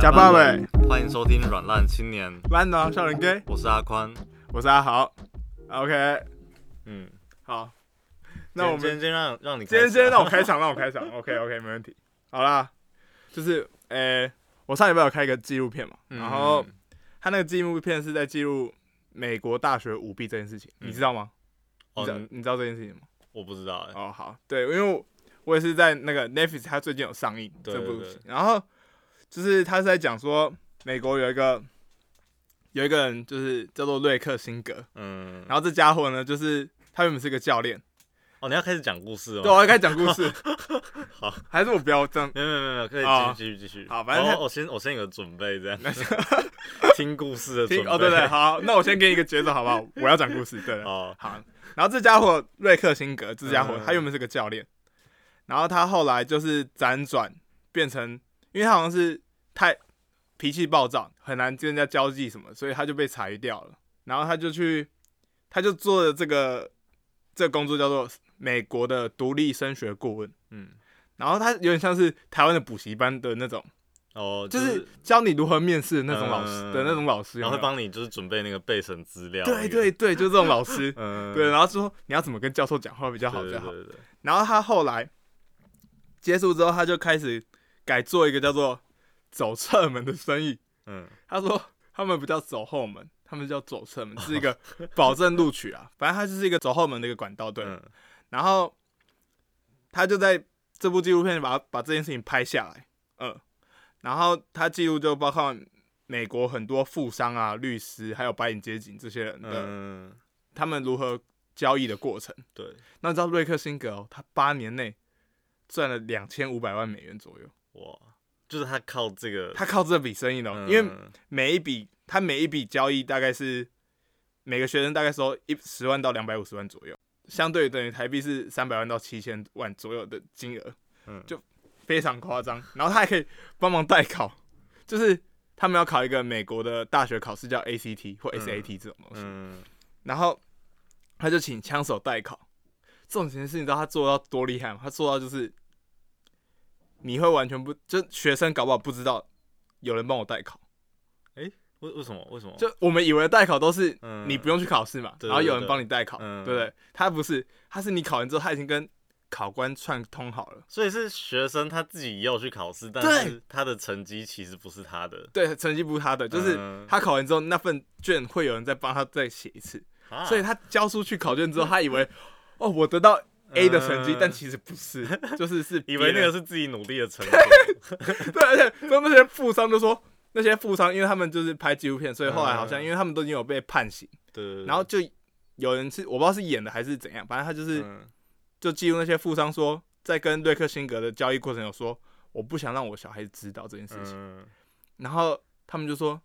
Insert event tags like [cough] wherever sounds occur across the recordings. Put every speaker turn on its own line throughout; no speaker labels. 加八尾，
欢迎收听《软烂青年》，
烂呢，笑人 gay，
我是阿宽。
我是阿豪。OK，
嗯，
好，那我
今天今
们
天让让你开
今天
始啊
先让我开场，让我开
[laughs]
场。OK OK，没问题。好啦，就是呃，我上礼拜有开一个纪录片嘛，
嗯
然后他那个纪录片是在记录美国大学舞弊这件事情，
嗯
你知道吗？你
哦
知道
你
你知道这件事情吗？
我不知道哎，
哦，好，对，因为我我也是在那个 Netflix，它最近有上映
对
这部
对
戏，然后就是他是在讲说美国有一个有一个人就是叫做瑞克辛格，
嗯，
然后这家伙呢就是他原本是个教练，
哦，你要开始讲故事了吗？，
对，啊我要开始讲故事
[laughs] 好，
还是我不要这样，
没有没有没有没有，可
哦
以继续继续继续。哦
好反正他
我我先我先有个准备这样， [laughs] 听故事的准
[laughs] 听
备。
哦，对对，，好，那我先给你一个节奏好不好？我要讲故事，对的，
哦，
好，然后这家伙瑞克辛格，这家伙
嗯
他原本是个教练，然后他后来就是辗转变成，因为他好像是太脾气暴躁，很难跟人家交际什么，所以他就被裁掉了。然后他就去，他就做了这个这个工作叫做美国的独立升学顾问，
嗯，
然后他有点像是台湾的补习班的那种，
哦，
就
就是
教你如何面试的那种老师、
嗯
的那种老师，
然后会
有没有
帮你就是准备那个备审资料。。
对对，对，就是这种老师
嗯，
对，然后说你要怎么跟教授讲话比较好比
对
较好，
对对对
然后他后来结束之后，他就开始改做一个叫做走侧门的生意。
嗯，
他说他们不叫走后门，他们叫走侧门，是一个保证录取
[laughs]
啊。反正他就是一个走后门的一个管道，对。
嗯
然后他就在这部纪录片把把这件事情拍下来，嗯，然后他记录就包括美国很多富商啊、律师，还有白领阶级这些人的、
嗯，
他们如何交易的过程。
对，
那你知道瑞克辛格哦，他八年内赚了两千五百万美元左右，
哇，就是他靠这个，
他靠这笔生意呢、哦
嗯
因为每一笔他每一笔交易大概是每个学生大概收一十万到两百五十万左右，相对等于台币是三百万到七千万左右的金额，
嗯
就非常夸张。然后他还可以帮忙代考，就是他们要考一个美国的大学考试叫 ACT 或
嗯
SAT 这种东西，
嗯，
然后他就请枪手代考。这种情事，你知道他做到多厉害吗？他做到就是，你会完全不，就学生搞不好不知道有人帮我代考，
为为什么为什么
就我们以为代考都是
哦嗯
你不用去考试嘛，
对
然后
对
有人
对
帮你代考，
嗯
对不对？他不是，他是你考完之后，他已经跟考官串通好了，
所以是学生他自己要去考试，但
对
是他的成绩其实不是他的，
对，成绩不是他的，就是
嗯
他考完之后那份卷会有人再帮他再写一次，
啊
所以他交出去考卷之后，他以
[laughs]
为哦，我得到 A 的成绩，
嗯
但其实不是，就是是
[laughs] 以为
别
那
人
个是自己努力的成果，
[laughs] 对，而且所以那些富商就说，那些富商因为他们就是拍纪录片，所以后来好像
嗯
因为他们都已经有被判刑，
对对，对
然后就有人是我不知道是演的还是怎样，反正他就是
嗯
就记录那些富商说，在跟瑞克辛格的交易过程有说，我不想让我小孩子知道这件事情，
嗯
然后他们就说，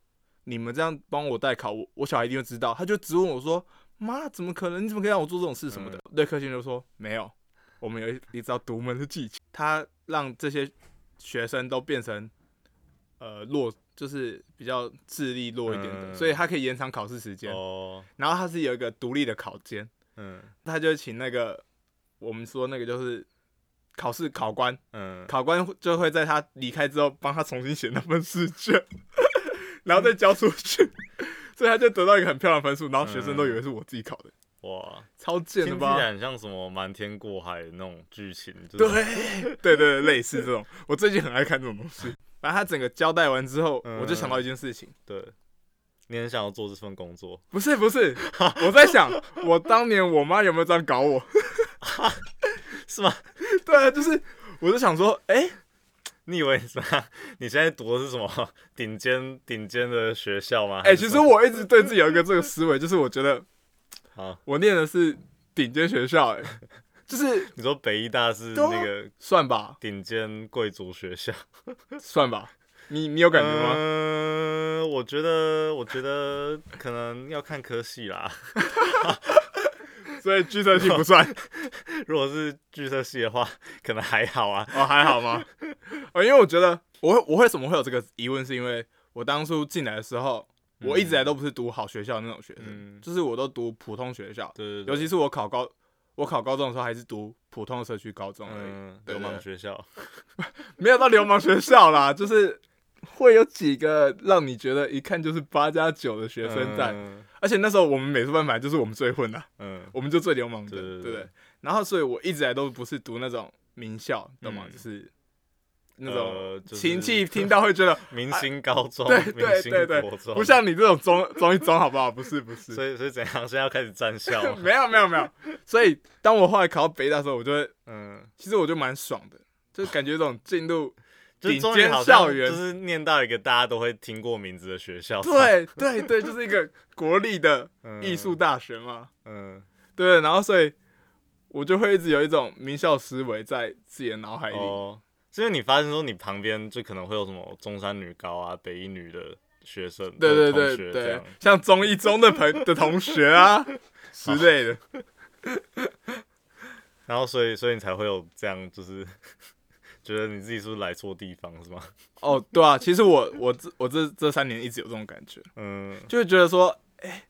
你们这样帮我代考，我我小孩一定会知道，他就质问我说，妈，怎么可能？你怎么可以让我做这种事什么的？
嗯
瑞克辛格就说，没有，我们有一一招独门的技巧，他让这些学生都变成呃弱，就是比较智力弱一点的，
嗯
所以他可以延长考试时间。
哦，
然后他是有一个独立的考监，
嗯
他就请那个我们说那个就是考试考官，
嗯，
考官就会在他离开之后帮他重新写那份试卷， [laughs] 然后再交出去， [laughs] 所以他就得到一个很漂亮的分数，然后学生都以为是我自己考的，
哇，
超
听
贱的
起
吧？
来很像什么瞒天过海的那种剧情，就
对
是，
对对对，类似这种，我最近很爱看这种东西。反正他整个交代完之后，
嗯
我就想到一件事情，
对，你很想要做这份工作，
不是不是，我在想我当年我妈有没有这样搞我？ [laughs]
是吗？
对啊，就是我就想说，哎、
你以为是吗？你现在读的是什么顶尖顶尖的学校吗？
哎、
还
其
是
实
什么
我一直对自己有一个这个思维，就是我觉得
好，
我念的是顶尖学校、哎，就是
你说北医大是
对啊
那个
算吧，
顶尖贵族学校，
算吧，你你有感觉
呃
吗？呃
嗯、我觉得，我觉得可能要看科系
[laughs]
啦。
所以巨色系
[laughs]
不算
如果是剧社系的话，可能还好啊。
[laughs] 哦，还好吗？哦，因为我觉得我会我为什么会有这个疑问，是因为我当初进来的时候，我一直以来都不是读好学校的那种学生，
嗯
就是我都读普通学校，
对对对，
尤其是我考高，我考高中的时候还是读普通的社区高中而已，
嗯，
对
流
对
氓
对
学校，
没有到流氓学校啦，就是会有几个让你觉得一看就是八加九的学生在，
嗯
而且那时候我们美术班本来就是我们最混的，
嗯，
我们就最流氓的，
对对对
对不对？然后所以我一直以来都不是读那种名校，懂吗？
嗯
就是那种
呃就是
亲戚听到会
[laughs]
觉得。
明星高中，
对
明
对
星
对
国
对，
中，
不像你这种中中一中好不好？不是不是，
[laughs]
[laughs]
所以哦所以怎样？现在要开始站校了，
没有没有没有。所以当我后来考到北大的时候，我就会，
嗯，
其实我就蛮爽的，就感觉这种进
[laughs]
入
就是
顶
终于
尖
好像
校园
就是念到一个大家都会听过名字的学校，，
对对对，就是一个国立的艺术大学嘛，
嗯，
对，然后所以我就会一直有一种名校思维在自己的脑海里，
哦，是因为你发现说你旁边就可能会有什么中山女高啊、北一女的学生，
对
就是
对
同
对
学这
对
样，，
像中一中的朋的同学
[laughs]
啊之类的，
然后所以所以你才会有这样，就是 [laughs] 觉得你自己是不是来错地方是吗？ [laughs]
哦，对啊，其实我我这我这这三年一直有这种感觉，
嗯
就会觉得说，哎、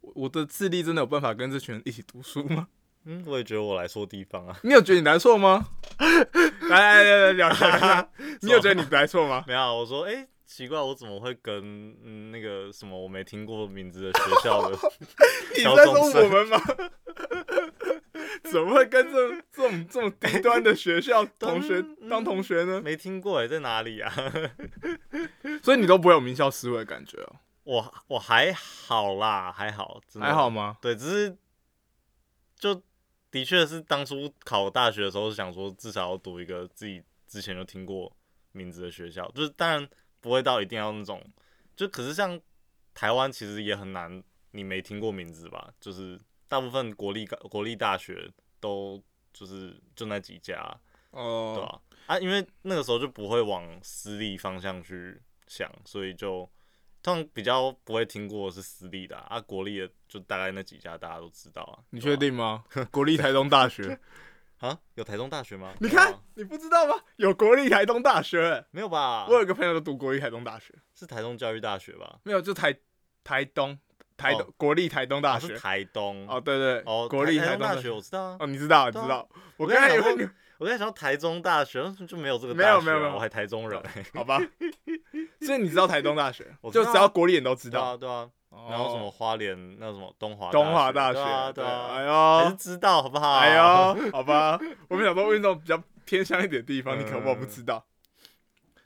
我我的智力真的有办法跟这群人一起读书吗？ [laughs]
嗯，我也觉得我来错地方啊， [laughs]
你有觉得你来错吗？ [laughs] 来来来来聊一下聊一下，你有觉得你来错吗？
没有啊，我说哎、诶奇怪，我怎么会跟嗯那个什么我没听过名字的学校的 [laughs] [laughs]
你
高
在
中
说我
生
们吗？ [laughs] 怎么会跟这这种这种低端的学校同学
[laughs] 嗯
当同学呢？
没听过哎、在哪里啊？ [laughs]
所以你都不会有名校思维的感觉哦，
我我还好啦，还好，真的
还好吗？
对，只是就的确是当初考大学的时候是想说，至少要读一个自己之前就听过名字的学校，就是当然不会到一定要那种，就可是像台湾其实也很难，你没听过名字吧？就是大部分国立高国立大学都就是就那几家，对
哦，
吧、啊？因为那个时候就不会往私立方向去想，所以就通常比较不会听过是私立的啊，啊国立的就大概那几家大家都知道啊。
你
对
确
吧
定吗？国立台东大学，
啊？有台中大学吗？
[laughs] 你
没有
看
啊
你不知道吗？有国立台东大学，
没有吧？
我有个朋友都读国立台东大学，
是台中教育大学吧？
没有就台台东台东
哦
国立台东大
啊是
学。
台东
哦，对对，
哦，
国
台
立
台
台
中
东
大学我知道啊。
哦，你知道你
对
知
啊
道，我
我
刚才
在
以
想
为
说
你，
我在想说台中大学就没有这个
没
大
有
学
没有
啊
没有
我还台中人欸， [laughs]
好吧，所以你知道台东大学
我，知
就
道啊
只要国立人都 [laughs] 知
对
道。哦
啊对啊，然后什么花莲那什么东华
东华
大
大学，
对啊对
哎
啊，还是
呦，
知道好不好？
哎呦，好吧，我们想说问这种比较偏向一点的地
[laughs]
方，
嗯
你可能不知道。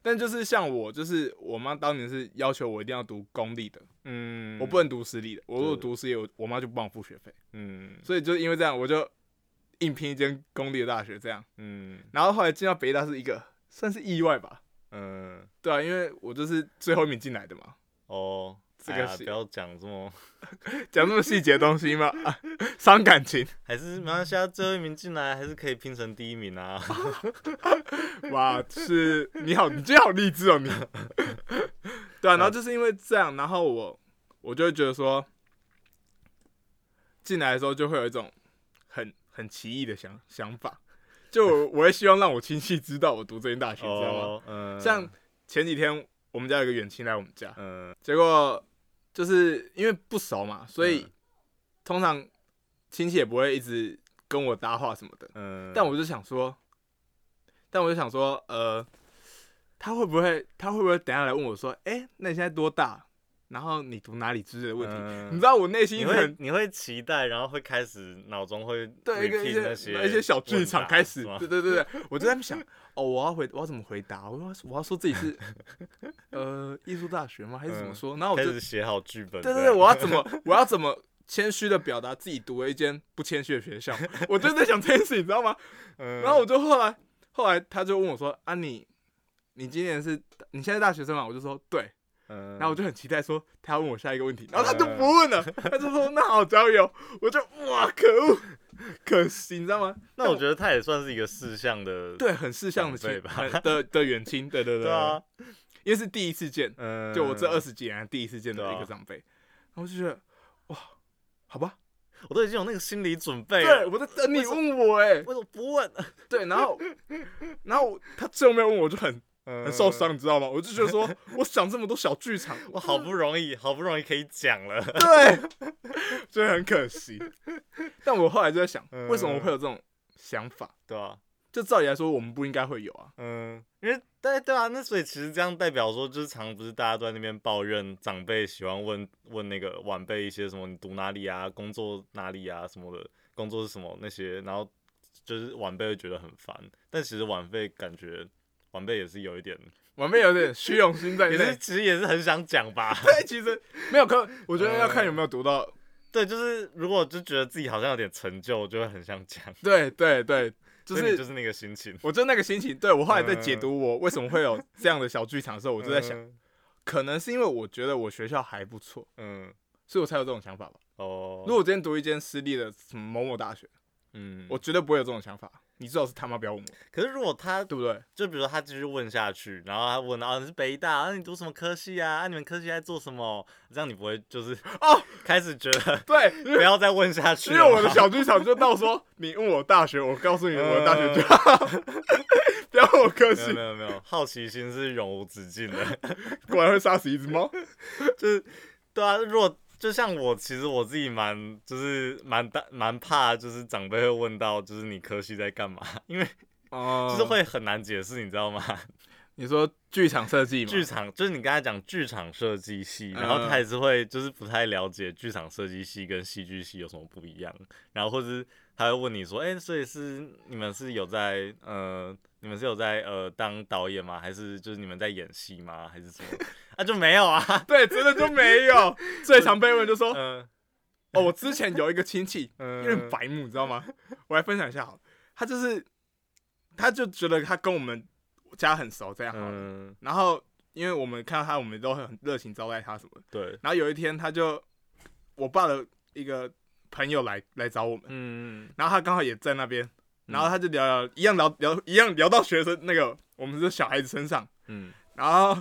但就是像我，就是我妈当年是要求我一定要读公立的，
嗯，
我不能读私立的。我如果
对
读私立，我我妈就不帮我付学费，
嗯
所以就因为这样，我就硬拼一间公立的大学这样。
嗯
然后后来进到北大是一个算是意外吧，
嗯
对啊，因为我就是最后一名进来的嘛，
哦，
这
哎
个
呀
是
不要讲这么， [laughs]
讲这么细节的东西吗？啊伤感情，
还是马来西亚最后一名进来，还是可以拼成第一名啊。
[laughs] 哇，是你好，你今天好励志哦，你。 [laughs] 对啊，然后就是因为这样，然后我我就会觉得说，进来的时候就会有一种很很奇异的想想法，就我我会希望让我亲戚知道我读这间大学， [laughs] 你知道吗？
哦，嗯，
像前几天我们家有一个远亲来我们家，
嗯
结果就是因为不熟嘛，所以
嗯
通常亲戚也不会一直跟我搭话什么的。
嗯，
但我就想说，但我就想说，呃，他会不会，他会不会等下来问我说，哎、那你现在多大？然后你读哪里之类的问题？
嗯
你知道我内心一
你
直
会
很
你会期待，然后会开始脑中会
对一个
repeat
一
那
些
些
一些小剧场开始，
问答
对
是吗
对对对，我就在那边想，哦，我要回我要怎么回答？我要我要说自己是呃艺术大学吗？还是怎么
嗯
说？然后我
开
就
始写好剧本这样。
对对对，我要怎么我要怎么谦虚的表达自己读了一间不谦虚的学校？ [laughs] 我就在想这件事，你知道吗？
[laughs] 嗯，
然后我就后来后来他就问我说：“啊你，你今年是你现在大学生嘛？”我就说：“对。”
嗯，
然后我就很期待说他要问我下一个问题，然后他就
嗯
不问了，他就说：“那好加油。”我就哇可恶，可惜你知道吗？
那我觉得他也算是一个事项的，
对很识相的
长辈
亲
吧
很的的远亲，对对对
对啊，
因为是第一次见，
嗯，
就我这二
十，
十几年来第一次见的一
对
个
啊
长辈，然后我就觉得哇，好吧，
我都已经有那个心理准备
对
了，
我在
哎
等
为
你
什么
问我哎、
为什么不问？
对，然后然后他最后没有问我，我就很
嗯
很受伤，你知道吗？我就觉得 [laughs] 说，我想这么多小剧场，
我好不容易，好不容易可以讲了。
对， [laughs] 所以很可惜。但我后来就在想，
嗯
为什么我会有这种想法？
对啊，
就照理来说，我们不应该会有啊。
嗯，因为对对啊，那所以其实这样代表说，就是常不是大家都在那边抱怨长辈喜欢问问那个晚辈一些什么你读哪里啊，工作哪里啊什么的，工作是什么那些，然后就是晚辈会觉得很烦，但其实晚辈感觉晚辈也是有一点，
我们有点虚荣心在 [laughs]
也是
内。
其实也是很想讲吧。
对，其实没有，可我觉得要看有没有读到。
[laughs] 对，就是如果就觉得自己好像有点成就，就会很想讲，
对对对，就
所以你
是嗯
就是那个心情。
我就那个心情。对我后来在解读我为什么会有这样的小剧场的时候，我
我
就在想，，可能是因为我觉得我学校还不错，
嗯，
所以我才有这种想法吧。
哦，
如果我今天读一间私立的什么某某大学，
嗯，
我绝对不会有这种想法。你最好是他妈不要问我，
可是如果他
对不对？
就比如说他继续问下去，然后他问啊你是北大，啊你读什么科系啊？啊你们科系在做什么？这样你不会就是 [laughs]
哦
开始觉得 [laughs]
[laughs] 对，
不要再问下去
因
了
为
吗。
我的小剧场就到说，你问我大学，我告诉你我的大学就好， [laughs] 不要问我科
没有
系
没，有没有，好奇心是永无止境的。 [laughs]
果然会杀死一只猫。
对啊，如果就像我，其实我自己蛮就是蛮大蛮怕，就是长辈会问到就是你科系在干嘛，因为
哦
就是会很难解释，你知道吗？
你说剧场 [laughs] 设计嘛？
剧场就是你刚才讲剧场设计系，
嗯
然后他也是会就是不太了解剧场设计系跟戏剧系有什么不一样，然后或是他会问你说，哎、所以是你们是有在呃，你们是有在呃当导演吗？还是就是你们在演戏吗？还是什么？啊，就没有啊，
对，真的就没有。 [laughs] 最常被问就说，
嗯、
哦，我之前有一个亲戚，
嗯
因为白目，你知道吗？我来分享一下好了，他就是，他就觉得他跟我们家很熟，这样好了。
嗯，
然后因为我们看到他，我们都很热情招待他什么的。
对，
然后有一天，他就我爸的一个朋友来来找我们，
嗯，
然后他刚好也在那边，然后他就聊聊一样聊聊一样聊到学生那个我们这小孩子身上，
嗯，
然后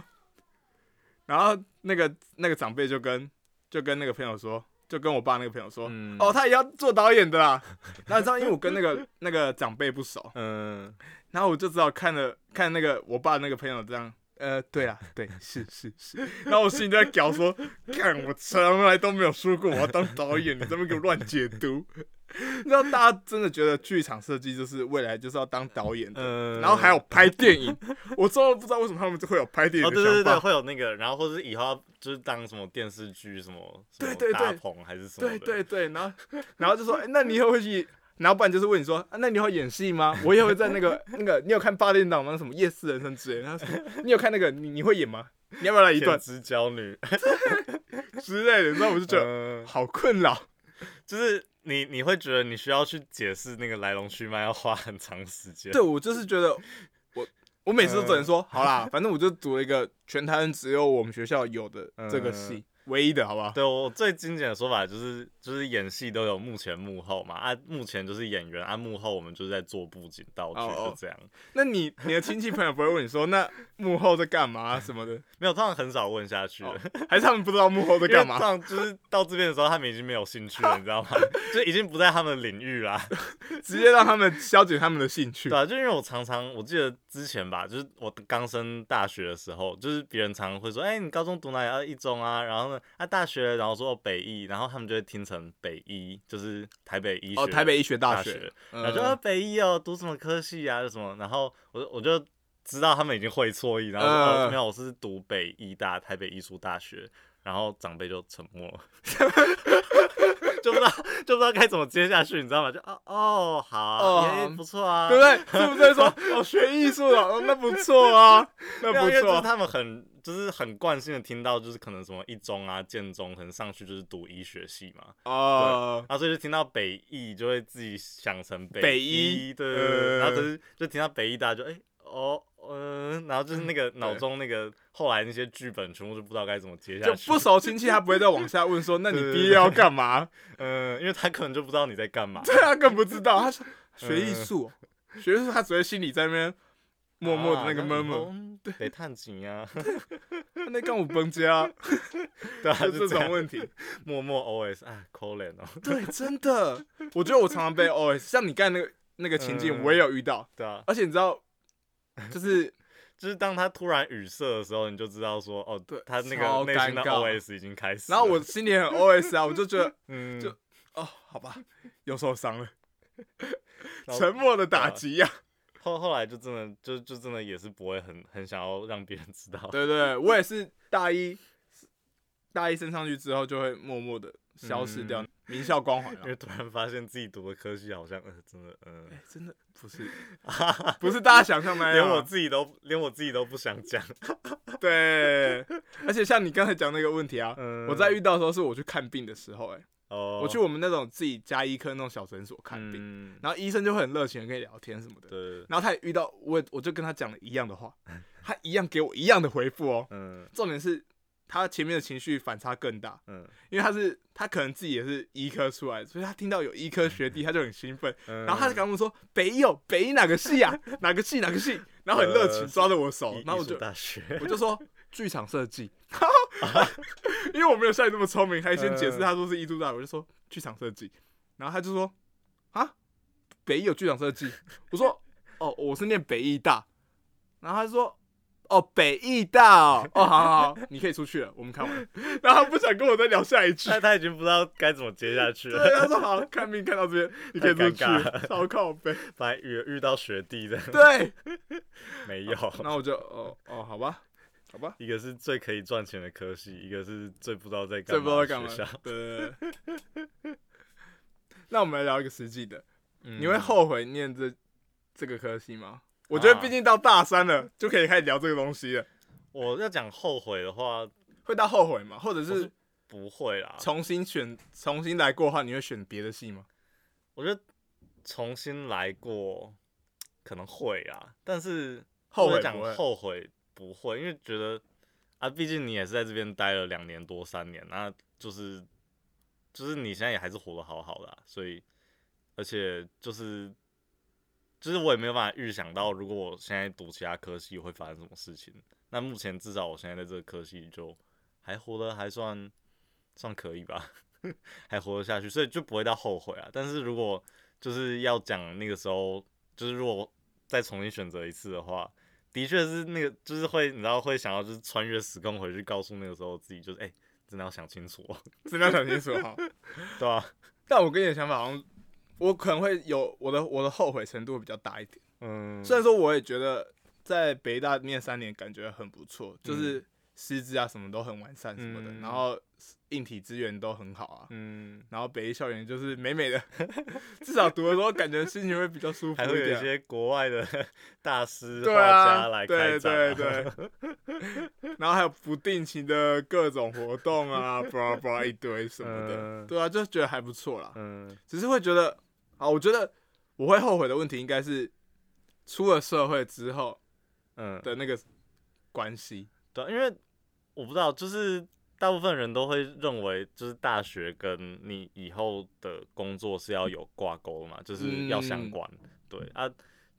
然后那个那个长辈就跟就跟那个朋友说，就跟我爸那个朋友说，
嗯
哦，，他也要做导演的啦。然后你知道，因为我跟那个那个长辈不熟，哦
嗯，
然后我就只好看了看那个我爸那个朋友这样。呃，对啊，对，是是是。然后我心里就在屌说，看我从来都没有说过我要当导演，你这么给我乱解读。 [laughs] 你知道大家真的觉得剧场设计就是未来就是要当导演
[laughs]
的，
嗯，
然后还有拍电影。我真的不知道为什么他们会有拍电
哦，
影的
对
想
对对，
法。
会有那个，然后或是以后要就是当什么电视剧什么，什么
对对
大
对
鹏还是什么
对
的，
对对，然后 [laughs] 然后就说，哎、那你以后会去？然后不然就是问你说，啊、那你以后演戏吗？我也会在那个那个，你有看八点档吗？什么夜市人生之类的，然后说你有看那个，你你会演吗？你要不要来一
天
段
之娇女，
之类的？那我就觉得
嗯
好困扰。
就是你你会觉得你需要去解释那个来龙去脉，要花很长时间。
对，我就
[laughs]
是觉得我我每次都只能
嗯
说，好啦，反正我就读了一个全台湾只有我们学校有的这个系，唯一的，好不好？
嗯对我最经典的说法就是，就是演戏都有幕前幕后嘛，啊，幕前就是演员，啊，幕后我们就是在做布景道具，
哦哦
就这样。
那你你的亲戚朋友不会问你说，那幕后在干嘛、什么的？
没有，通常很少问下去了，
哦还是他们不知道幕后在
因为
干
通
嘛？
常就是到这边的时候，他们已经没有兴趣了，你知
[laughs]
道吗？就已经不在他们领域啦。
直接让他们消解他们的兴趣
对。啊，就因为我常常我记得之前吧，就是我刚升大学的时候，就是别人常常会说，哎、你高中读哪里啊？一中啊，然后呢，啊大学，然后说北医，然后他们就会听成北医，就是台北医学，
哦，台北医学
大
大学，
学，
嗯
然后就、啊北医哦，读什么科系啊，什么，然后我就我就知道他们已经会错意，然后说、
嗯
哦没有，我是读北医大，台北艺术大学。然后长辈就沉默了， [laughs] 就不知道就不知道该怎么接下去，你知道吗？就哦哦好，
哦
也、不错啊，
对不对？是不是说哦学艺术的、哦，那不错啊，那
没有因为就
[laughs] 不错
是
啊。
他们很就是很惯性的听到，就是可能什么一中啊、建中，可能上去就是读医学系嘛，
哦，
然后所以就听到北艺就会自己想成北
北
医，
医
对对对，对然后
呃
可是就听到北医大家就哎、哦嗯、呃然后就是那个脑中那个后来那些剧本全部就不知道该怎么接
就
下去
不，熟亲戚，他不会再往下问说，那你
对
毕业要干嘛？
[laughs] 嗯、因为他可能就不知道你在干嘛，
[laughs] 对啊，更不知道。他
[laughs]
说学
嗯
艺术哦、学艺术，他只会心里在那边默默
啊
的那个
闷
murmur，、
闷，对，嗯得探景啊，
[laughs] 那干我崩家、
[laughs]
啊，
对啊，
就
就
这
这
种
样 [laughs]
问题。
默默 OS 啊，扣脸哦，
对，真的，我觉得我常常被哦 OS，像你刚才那个那个情境，
嗯
我也有遇到，
对啊，
而且你知道，就是
就是当他突然语塞的时候，你就知道说，哦，
对
他那
超
个内心的
尴尬
OS 已经开始了。
然后我心里很 OS 啊，我就觉得
嗯，
就哦，好吧，又受伤了，
然后啊
沉默的打击啊呀、
后后来就真的就就真的也是不会很很想要让别人知道。
[laughs] 对对，我也是大一，大一升上去之后就会默默的消失掉，
嗯
名校光
[laughs]
环了、啊
因为突然发现自己读的科系好像，呃，真的，嗯、
哎真的
[laughs]
不是，不是大家想象那
连
样
我
啊。
自己都连我自己都不想讲。
对，而且像你刚才讲那个问题啊，
嗯
[laughs] 我在遇到的时候是我去看病的时候、哎，
哦，
我去我们那种自己加医科那种小诊所看病，
嗯，
然后医生就会很热情的跟你聊天什么的。
对，
然后他也遇到我，我就跟他讲了一样的
[laughs]
话，他一样给我一样的回复哦。
嗯
重点是他前面的情绪反差更大，
嗯
因为他是他可能自己也是医科出来的，所以他听到有医科学弟，他就很兴奋，
嗯，
然后他就跟我说北有北医哪个系
[laughs]
啊，哪个系哪个系，然后很热情
呃
抓着我的手
艺，
然
艺
后我
术
就
大学， [laughs]
我就说剧场设计， [laughs] 因为我没有像你那么聪明，还先解
呃
释他说是艺术大，我就说剧场设计，然后他就说啊北艺有剧场设计，我说哦我是念北艺大，然后他就说哦北艺大哦哦好好好，你可以出去了，我们看完了，然后他不想跟我再聊下
[laughs]
一句
他。他已经不知道该怎么接下去了。
对， [laughs] 他说好，看病看到这边，你可以出去
太尴尬，了
超靠
[laughs]
背。
反正遇遇到学弟的
对，
没有，
[laughs]
[laughs]
然后我就哦哦，好吧，好吧，
一个是最可以赚钱的科系，一个是最不知道在
这
干
不知道
嘛
在干
的
嘛
学校。。
对。 [laughs] 那我们来聊一个实际的，
嗯
你会后悔念这这个科系吗？我觉得
啊
毕竟到大三了，就可以开始聊这个东西了。
我要讲后悔的话，
会到后悔吗？或者
我
是
是啊不会啦。
重新选、重新来过的话，你会选别的系吗？
我觉得重新来过可能会啊，但是
后
我
悔
在
不
讲
会？
后悔不会，因为觉得啊，毕竟你也是在这边待了两年多三年，那就是就是你现在也还是活得好好的啊、所以而且就是就是我也没有办法预想到，如果我现在读其他科系会发生什么事情。那目前至少我现在在这个科系就还活得还算算可以吧，还活得下去，所以就不会到后悔啊。但是如果就是要讲那个时候，就是如果再重新选择一次的话，的确是那个就是会你知道会想要就是穿越时空回去告诉那个时候自己，就是哎、真的要想清楚哦， [laughs]
真的要想清楚哈。
对啊，
[laughs] 但我跟你的想法好像，我可能会有我的我的后悔程度会比较大一点。
嗯，
虽然说我也觉得在北大念三年感觉很不错，就是师资啊什么都很完善什么的，
嗯
然后硬体资源都很好啊。
嗯，
然后北一校园就是美美的， [laughs] 至少读的时候感觉心情会比较舒服
还会
一
有一
点啊。
些国外的 [laughs] 大师
对
画
啊
家来，开
对
展、啊
对对， [laughs] 然后还有不定期的各种活动
[laughs]
啊，巴拉巴拉一堆什么的，
嗯
对啊，就觉得还不错啦。
嗯
只是会觉得，啊，我觉得我会后悔的问题应该是出了社会之后
嗯，
的那个关系。
对啊，因为我不知道，就是大部分人都会认为，就是大学跟你以后的工作是要有挂钩的嘛，就是要相
嗯
关。对啊，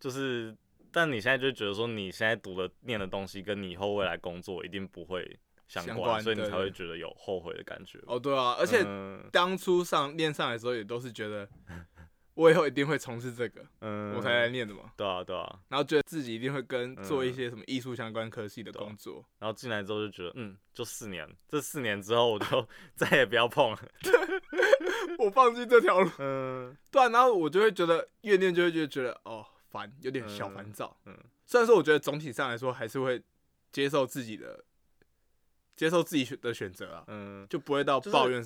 就是，但你现在就觉得说，你现在读的念的东西跟你以后未来工作一定不会相
相
关，
关
所以你
对
才会
对
觉得有后悔的感觉。
哦，对啊，而且
嗯
当初上练上来的时候，也都是觉
[laughs]
得我以后一定会从事这个，
嗯
我才来念的嘛。
对啊对啊，
然后觉得自己一定会跟
嗯
做一些什么艺术相关科系的工作，
然后进来之后就觉得，嗯，就四年，这四年之后我就 [laughs] 再也不要碰了。
[laughs] 我放弃这条路。
嗯
对啊，然后我就会觉得越念就会觉得觉得哦烦，有点小烦躁。
嗯
虽然说我觉得总体上来说还是会接受自己的，接受自己选的选择啊，
嗯
就不会到
就是
抱怨、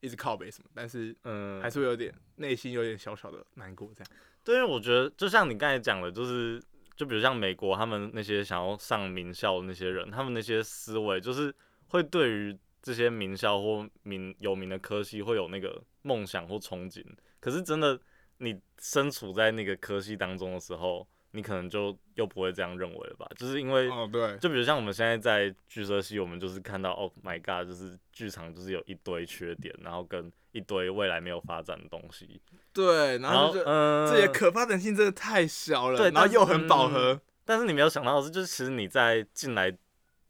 一直靠北什么，但是
嗯，
还是会有点内心有点小小的难过这样。
对，因为我觉得就像你刚才讲的，就是就比如像美国他们那些想要上名校的那些人，他们那些思维就是会对于这些名校或名有名的科系会有那个梦想或憧憬。可是真的，你身处在那个科系当中的时候，你可能就又不会这样认为了吧？就是因为
哦，对，
就比如像我们现在在剧社系，我们就是看到，Oh my god，就是剧场就是有一堆缺点，然后跟一堆未来没有发展的东西，
对，然
然
后
后
就觉得
嗯，
自己的可发展性真的太小了，
对
然后
但是嗯
又很饱和，
但是你没有想到的是，就是其实你在进来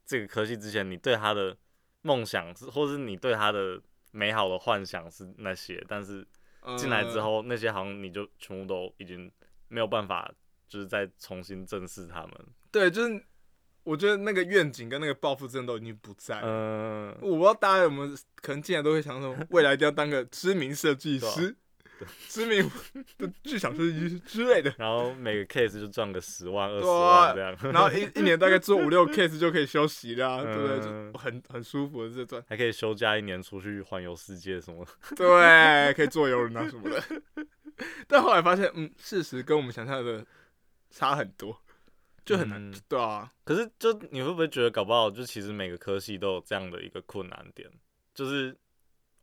这个科系之前，你对他的梦想是，或是你对他的美好的幻想是那些，但是
嗯
进来之，后，那些好像你就全部都已经没有办法，就是再重新正视他们。
对，就是我觉得那个愿景跟那个抱负真的都已经不在了。
嗯，
哎我不知道大家有没有，可能进来都会想说，未来一定要当个知名设计
啊
师、知名的剧场设计师之
[laughs]
类的。
然后每个 case 就赚个十万、二十
对
万这样，
然后一一年大概做五六 case 就可以休息啦、
嗯
对不对？就很很舒服的这段，
还可以休假一年出去环游世界什么的。
[laughs] 对，可以坐游轮啊什么的。 [laughs] 但后来发现，嗯，事实跟我们想象的差很多，就很难，
嗯
对啊，
可是，就你会不会觉得，搞不好就其实每个科系都有这样的一个困难点？就是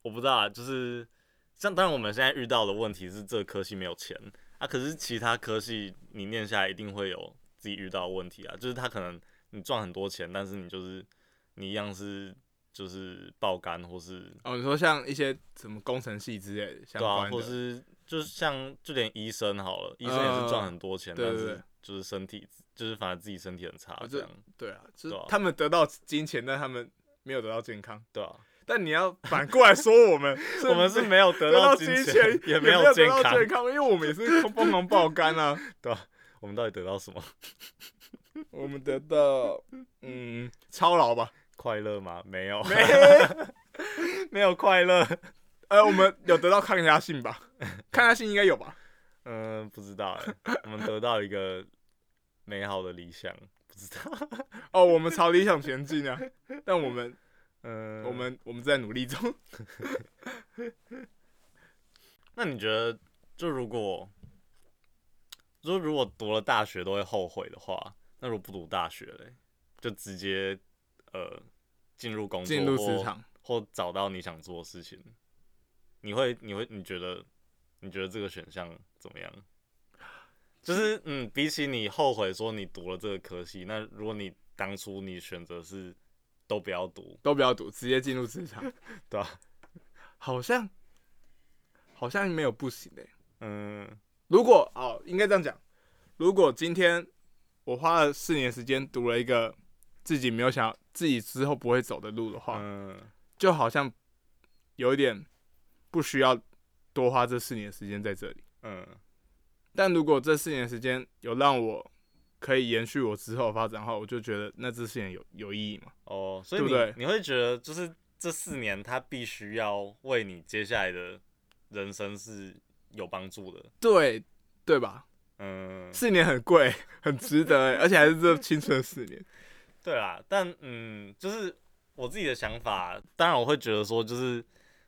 我不知道啊，就是像当然我们现在遇到的问题是这个科系没有钱啊，可是其他科系你念下来一定会有自己遇到的问题啊，就是他可能你赚很多钱，但是你就是你一样是就是爆肝或是
哦，你说像一些什么工程系之类的相
对啊，
关的，
或是就是像就连医生好了，医生也是赚很多钱，
对
但
嗯对
是
对
就是身体就是反正自己身体很差
啊
这
这
样，
对啊，就是
对啊
他们得到金钱，但他们没有得到健康。
对啊。，
但你要反过来说我们
[laughs] 我们是没有得
得到
金
金
钱， [laughs] 也
也
没
有
有
得
健
到
康。
健康，因为我们也是疯狂爆
[laughs]
肝啊。
我们到底得到什么？ [laughs]
我们得到嗯超劳吧，
快乐吗？ [laughs] 没有，
没，
没有快乐。
呃，我们有得到抗压性吧， [laughs] 抗压性应该有吧。
嗯、不知道哎。我们得到一个美好的理想，不知道。
哦，我们朝理想前进啊，但我们
嗯、
我们我们在努力中。
那你觉得，就如果，就如果读了大学都会后悔的话，那如果不读大学嘞，就直接呃 [laughs] 进入工作，
进入职场，
或找到你想做的事情，你会你会你觉得你觉得这个选项怎么样？就是嗯，比起你后悔说你读了这个科系，那如果你当初你选择是都不要读，
都不要赌，直接进入职场，
对吧、
好像好像没有不行的、
嗯
如果哦，应该这样讲，如果今天我花了四年时间读了一个自己没有想自己之后不会走的路的话，
嗯
就好像有一点不需要多花这四年时间在这里。
嗯
但如果这四年时间有让我可以延续我之后的发展的话，我就觉得那这四年有有意义嘛？
哦，所以你
对不对
你会觉得就是这四年他必须要为你接下来的人生是有帮助的，
对对吧？
嗯，
四年很贵， [laughs] 很值得、而且还是这青春的四年。
对啦，但嗯，就是我自己的想法，当然我会觉得说，就是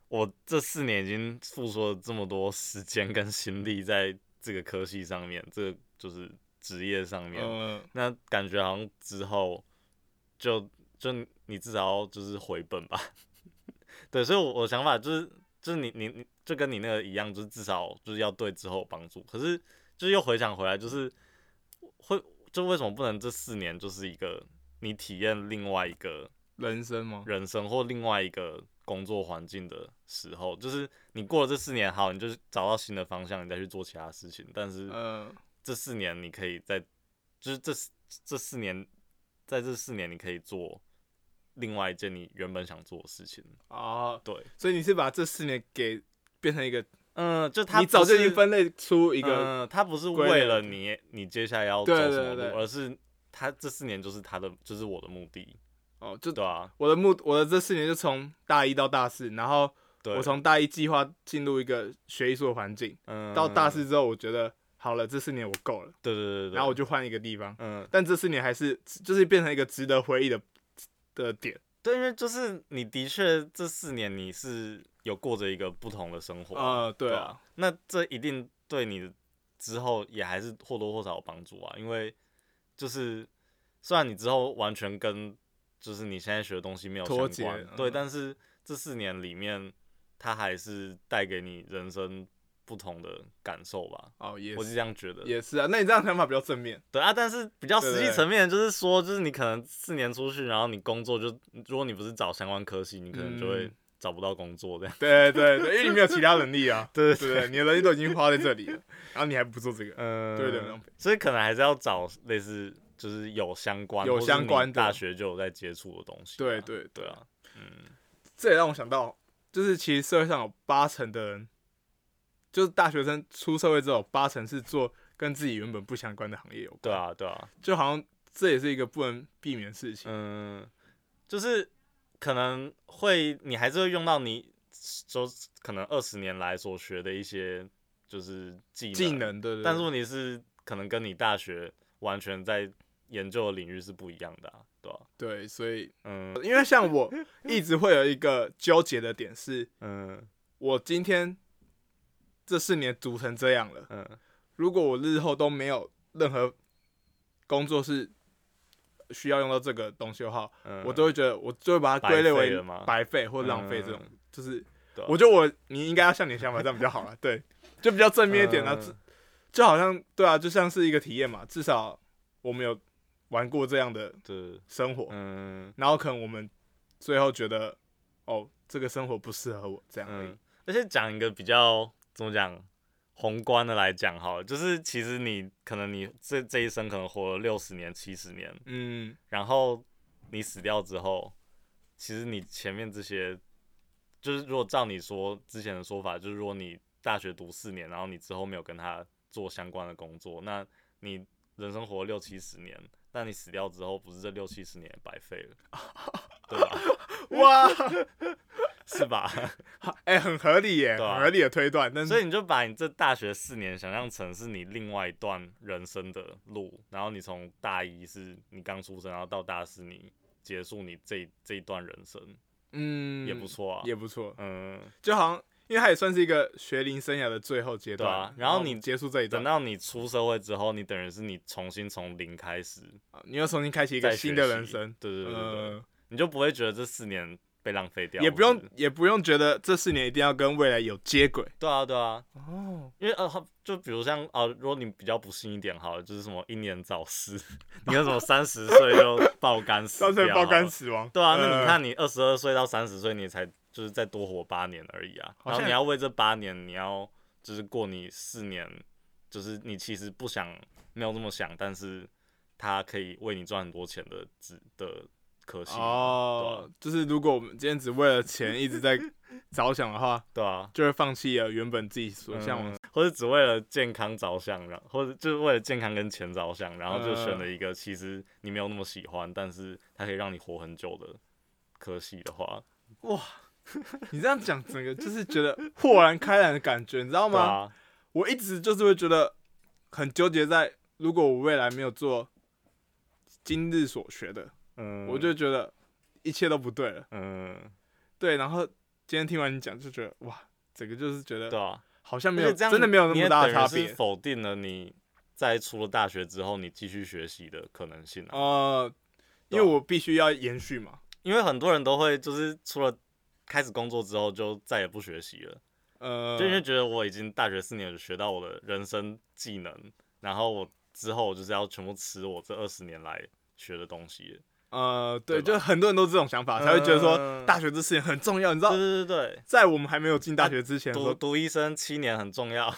我这四年已经付出了这么多时间跟心力在这个科系上面，这个就是职业上面，
[laughs] 嗯，
那感觉好像之后就就你至少要就是回本吧。 [laughs] 对，所以我我想法就是就是你你你就跟你那个一样，就是至少就是要对之后有帮助。可是就是又回想回来，就是会就为什么不能这四年就是一个你体验另外一个
人生吗？
人生或另外一个工作环境的时候，就是你过了这四年好，你就是找到新的方向，你再去做其他事情，但是。
嗯，
这四年你可以在，就是这四这四年，在这四年你可以做另外一件你原本想做的事情。
啊，
对，
所以你是把这四年给变成一个，
嗯，就他
你早就已经
分
分类出一
一
个，
嗯，他不是
归类
为了
的
你你接下来要走
对
什
对
么路，
对对
而是他这四年就是他的，就是我的目的，
哦，就
对啊，
我的目，我的这四年就从大一到大四，然后
对，
我从大一计划进入一个学艺术的环境，
嗯
到大，四之后，我觉得好了，这四年我够了，
对对对对对，
然后我就换一个地方，
嗯，
但这四年还是就是变成一个值得回忆的的点，
对，因为就是你的确这四年你是有过着一个不同的生活，
呃，对
对
啊，，
那这一定对你的之后也还是或多或少有帮助啊，因为就是虽然你之后完全跟就是你现在学的东西没有
脱
相关，
节
对，
嗯
但是这四年里面，它还是带给你人生不同的感受吧，
哦也
我是
是
这样觉得。
也是啊，那你这样想法比较正面， [laughs]
对啊，但是比较实
对
际
对
层面，就是说，就是你可能四年出去，然后你工作就，如果你不是找相关科系，你可能就会
嗯
找不到工作这样。，
对对对，因为你没有其他能力啊
[laughs] 对
对不对，你的能力都已经花在这里了，然后你还不做这个，
嗯，
对对对
所以可能还是要找类似就是有相关
有
或是
相关的
你大学就有在接触的东西啊、
对对
对啊，嗯
这也让我想到，就是其实社会上有八成的人，就是大学生出社会之后，八成是做跟自己原本不相关的行业有关。
对，啊对啊，
就好像这也是一个不能避免的事情。
嗯，就是可能会，你还是会用到你就可能二十年来所学的一些就是技能，
技能对对对，
但是问题是，可能跟你大学完全在研究的领域是不一样的、啊，对吧、
对，所以
嗯
因为
[laughs]
像我一直会有一个纠结的点是，
嗯
我今天这四年读成这样了，
嗯
如果我日后都没有任何工作是需要用到这个东西的话，
嗯，
我都会觉得我就会把它归
白
类
费
为
了吗
白费或浪费这种，
嗯
就是
对啊
我觉得我你应该要像你的想法这样比较好了，对，就比较正面一点啊，
嗯
这就好像对啊，就像是一个体验嘛，至少我们有玩过这样的
对，
生活，
嗯
然后可能我们最后觉得哦，这个生活不适合我这样而已
嗯，而且讲一个比较怎么讲，宏观的来讲好了，就是其实你可能你这这一生可能活了六十年、七十年，
嗯，
然后你死掉之后，其实你前面这些，就是如果照你说之前的说法，就是如果你大学读四年，然后你之后没有跟他做相关的工作，那你人生活了六七十年，那你死掉之后，不是这六七十年也白费了，对吧？
哇， [laughs]
是吧？
哎、很合理耶，
对啊
很合理的推断，但
所
是
以你就把你这大学四年想象成是你另外一段人生的路，然后你从大一是你刚出生，然后到大四你结束你这这一段人生，
嗯，
也不、错啊，
也不错，
嗯，
就好像因为它也算是一个学龄生涯的最后阶段，
对啊然后你
结束这一段
等，到你出社会之后，你等于是你重新从零开始，
啊你又重新开启一
一
个新的人生，
对对对对对，
呃，
你就不会觉得这四年被浪费掉，
也不用
或者
也不用觉得这四年一定要跟未来有接轨
对啊对啊，
哦，
因为呃，就比如像啊、呃如果你比较不幸一点，好了，就是什么英年早逝，你有什么三十岁就爆肝
[laughs]
死，
到时候爆肝，死亡，
对啊，那你
呃，
看你二十二岁到三十岁，你才就是再多活八年而已啊，
好
然后
像
你要为这八年，你要就是过你四年，就是你其实不想没有这么想，但是它可以为你赚很多钱的值的可惜，啊
哦，就是如果我们今天只为了钱一直在着想的话，
对啊，
就会放弃了原本自己所
嗯
向往的。
或者只为了健康着想，然后或者就是为了健康跟钱着想，然后就选
嗯
了一个其实你没有那么喜欢，但是它可以让你活很久的可惜的话，
[laughs] 你这样讲，整个就是觉得豁然开朗的感觉，你知道
对
吗？
啊，
我一直就是会觉得很纠结在，如果我未来没有做今日所学的，
嗯，
我就觉得一切都不对了。
嗯，
对，然后今天听完你讲，就觉得哇，整个就是觉
对
得
啊，
好像没
而
有
且这样
真的没有那
你
么
也
大
等
的
于
差
是
别。
否定了你在出了大学之后你继续学习的可能性啊，
呃，因
对
为
啊
我必须要延续嘛。
因为很多人都会就是出了开始工作之后就再也不学习了。
呃，
就因为觉得我已经大学四年学到我的人生技能，然后我之后我就是要全部吃我这二十年来学的东西了。
呃，对，
对吧
就很多人都这种想法，才会觉得说
嗯
大学这事情很重要。你知道，
对对对
在我们还没有进大学之前
对，
的时
读
候，
读医生七年很重要。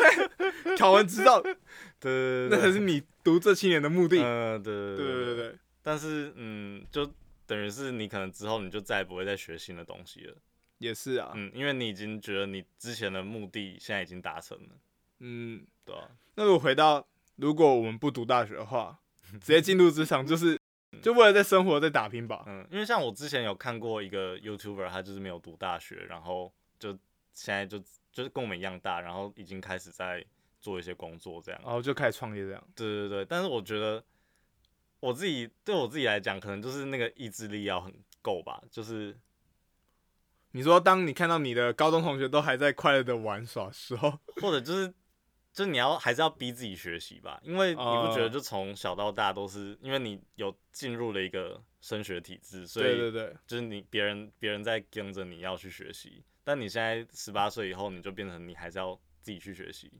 [laughs]
考完执照，
对对对
那才是你读这七年的目的。
嗯对
对对对对。
但是嗯，就等于是你可能之后你就再也不会再学新的东西了。
也是啊，
嗯，因为你已经觉得你之前的目的现在已经达成了，
嗯，
对吧、
那如果回到，如果我们不读大学
[laughs]
的话，直接进入职场，就是就为了在生活在打拼吧。
嗯，因为像我之前有看过一个 YouTuber，他就是没有读大学，然后就现在就就是跟我们一样大，然后已经开始在做一些工作这样。
然后就开始创业这样，
对对对，但是我觉得我自己对我自己来讲，可能就是那个意志力要很够吧，就是
你说，当你看到你的高中同学都还在快乐的玩耍的时候，
或者就是。就你要还是要逼自己学习吧，因为你不觉
哦
得就从小到大都是因为你有进入了一个升学体制，所
对
以
对对，
就是你别人别人在跟着你要去学习，但你现在十八岁以后，你就变成你还是要自己去学习，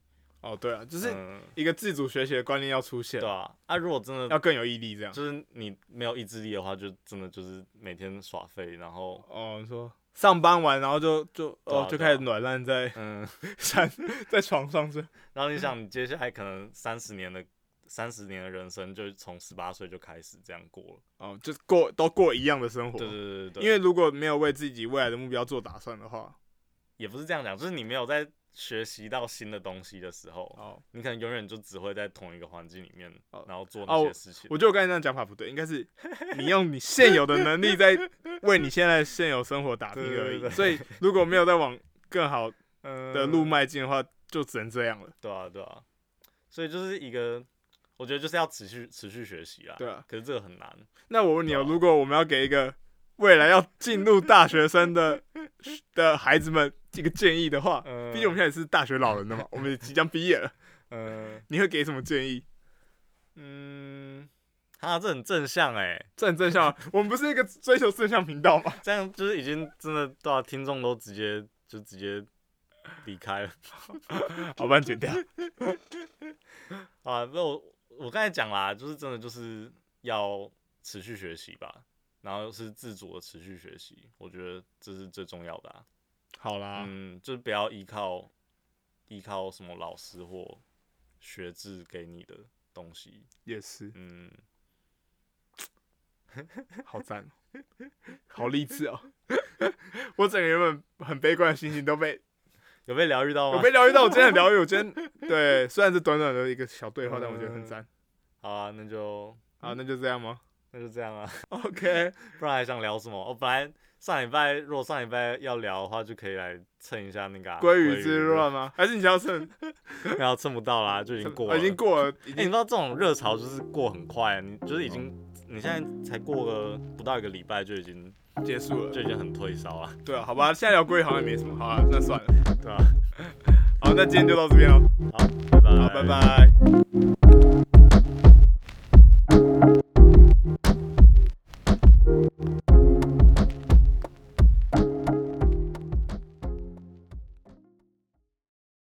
哦对啊，就
就是嗯、
一个自主学习的观念要出现
对，啊，啊，如果真的
要更有毅力这样。
就是你没有意志力的话，就真的就是每天耍废，然后
哦，你说上班完，然后就就
对啊
哦就开始软烂在 [laughs]
嗯，
山在床上睡，
然后你想你接下来可能三十年的三十年的人生，就从十八岁就开始这样过了，
哦就过都过一样的生活。
对对对对对，
因为如果没有为自己未来的目标做打算的话，
也不是这样讲，就是你没有在学习到新的东西的时候，
哦，
你可能永远就只会在同一个环境里面，
哦
然后做
哦
那些事情。
我觉得我刚才那样讲法不对，应
[laughs]
该是你用你现有的能力在为你现在现有生活打拼而
对对
已。
对
所以如果没有再往更好的
的
路迈进的话，就只能这样
[laughs]
了。
对啊，对啊，所以就是一个，我觉得就是要持续持续学习啦。
对啊
可是这个很难。
那我问你哦，
对啊
如果我们要给一个未来要进入大学生的 [laughs] 的孩子们一个建议的话，
嗯
毕竟我们现在也是大学老人了嘛，我们也即将毕 [laughs] 业了，
嗯
你会给什么建议？
嗯，啊，这很正向哎、
这很正向啊，我们不是一个追求正向频道吗？
这样就是已经真的对啊，听众都直接就直接离开了
好，把你剪掉。
啊。那我我刚才讲啦，就是真的就是要持续学习吧，然后是自主的持续学习，我觉得这是最重要的、啊。
[laughs] 好啦，
嗯，就是不要依靠依靠什么老师或学制给你的东西。
也是，
嗯，
好赞、 [laughs] 哦，好励志哦！ [laughs] 我整个原本很悲观的心情都被
有被疗愈到
我
吗
被？疗愈到，我今天很疗愈，我今 [laughs] 天对，虽然是短短的一个小对话，但我觉得很赞。
好啊，那就
好，那就这样吗
那就这样啊， [laughs]
[laughs] ？OK，
不然还想聊什么？我、本来上礼拜如果上礼拜要聊的话，就可以来蹭一下那个啊
鲑鱼之，
[laughs]
乱吗？还是你想要趁
然后蹭不到啦，就已经过了，
哦已经。过了，已
哎、你
经
知道这种热潮就是过很快，啊你就是已经，你现在才过个不到一个礼拜就已经
哎结束
就
了。
已经很退烧了，
对啊，好吧，现在聊鲑鱼好像也没什么，好了，那算了。
对吧、
好，那今天就到这边了，
好，拜拜，
好，拜。拜。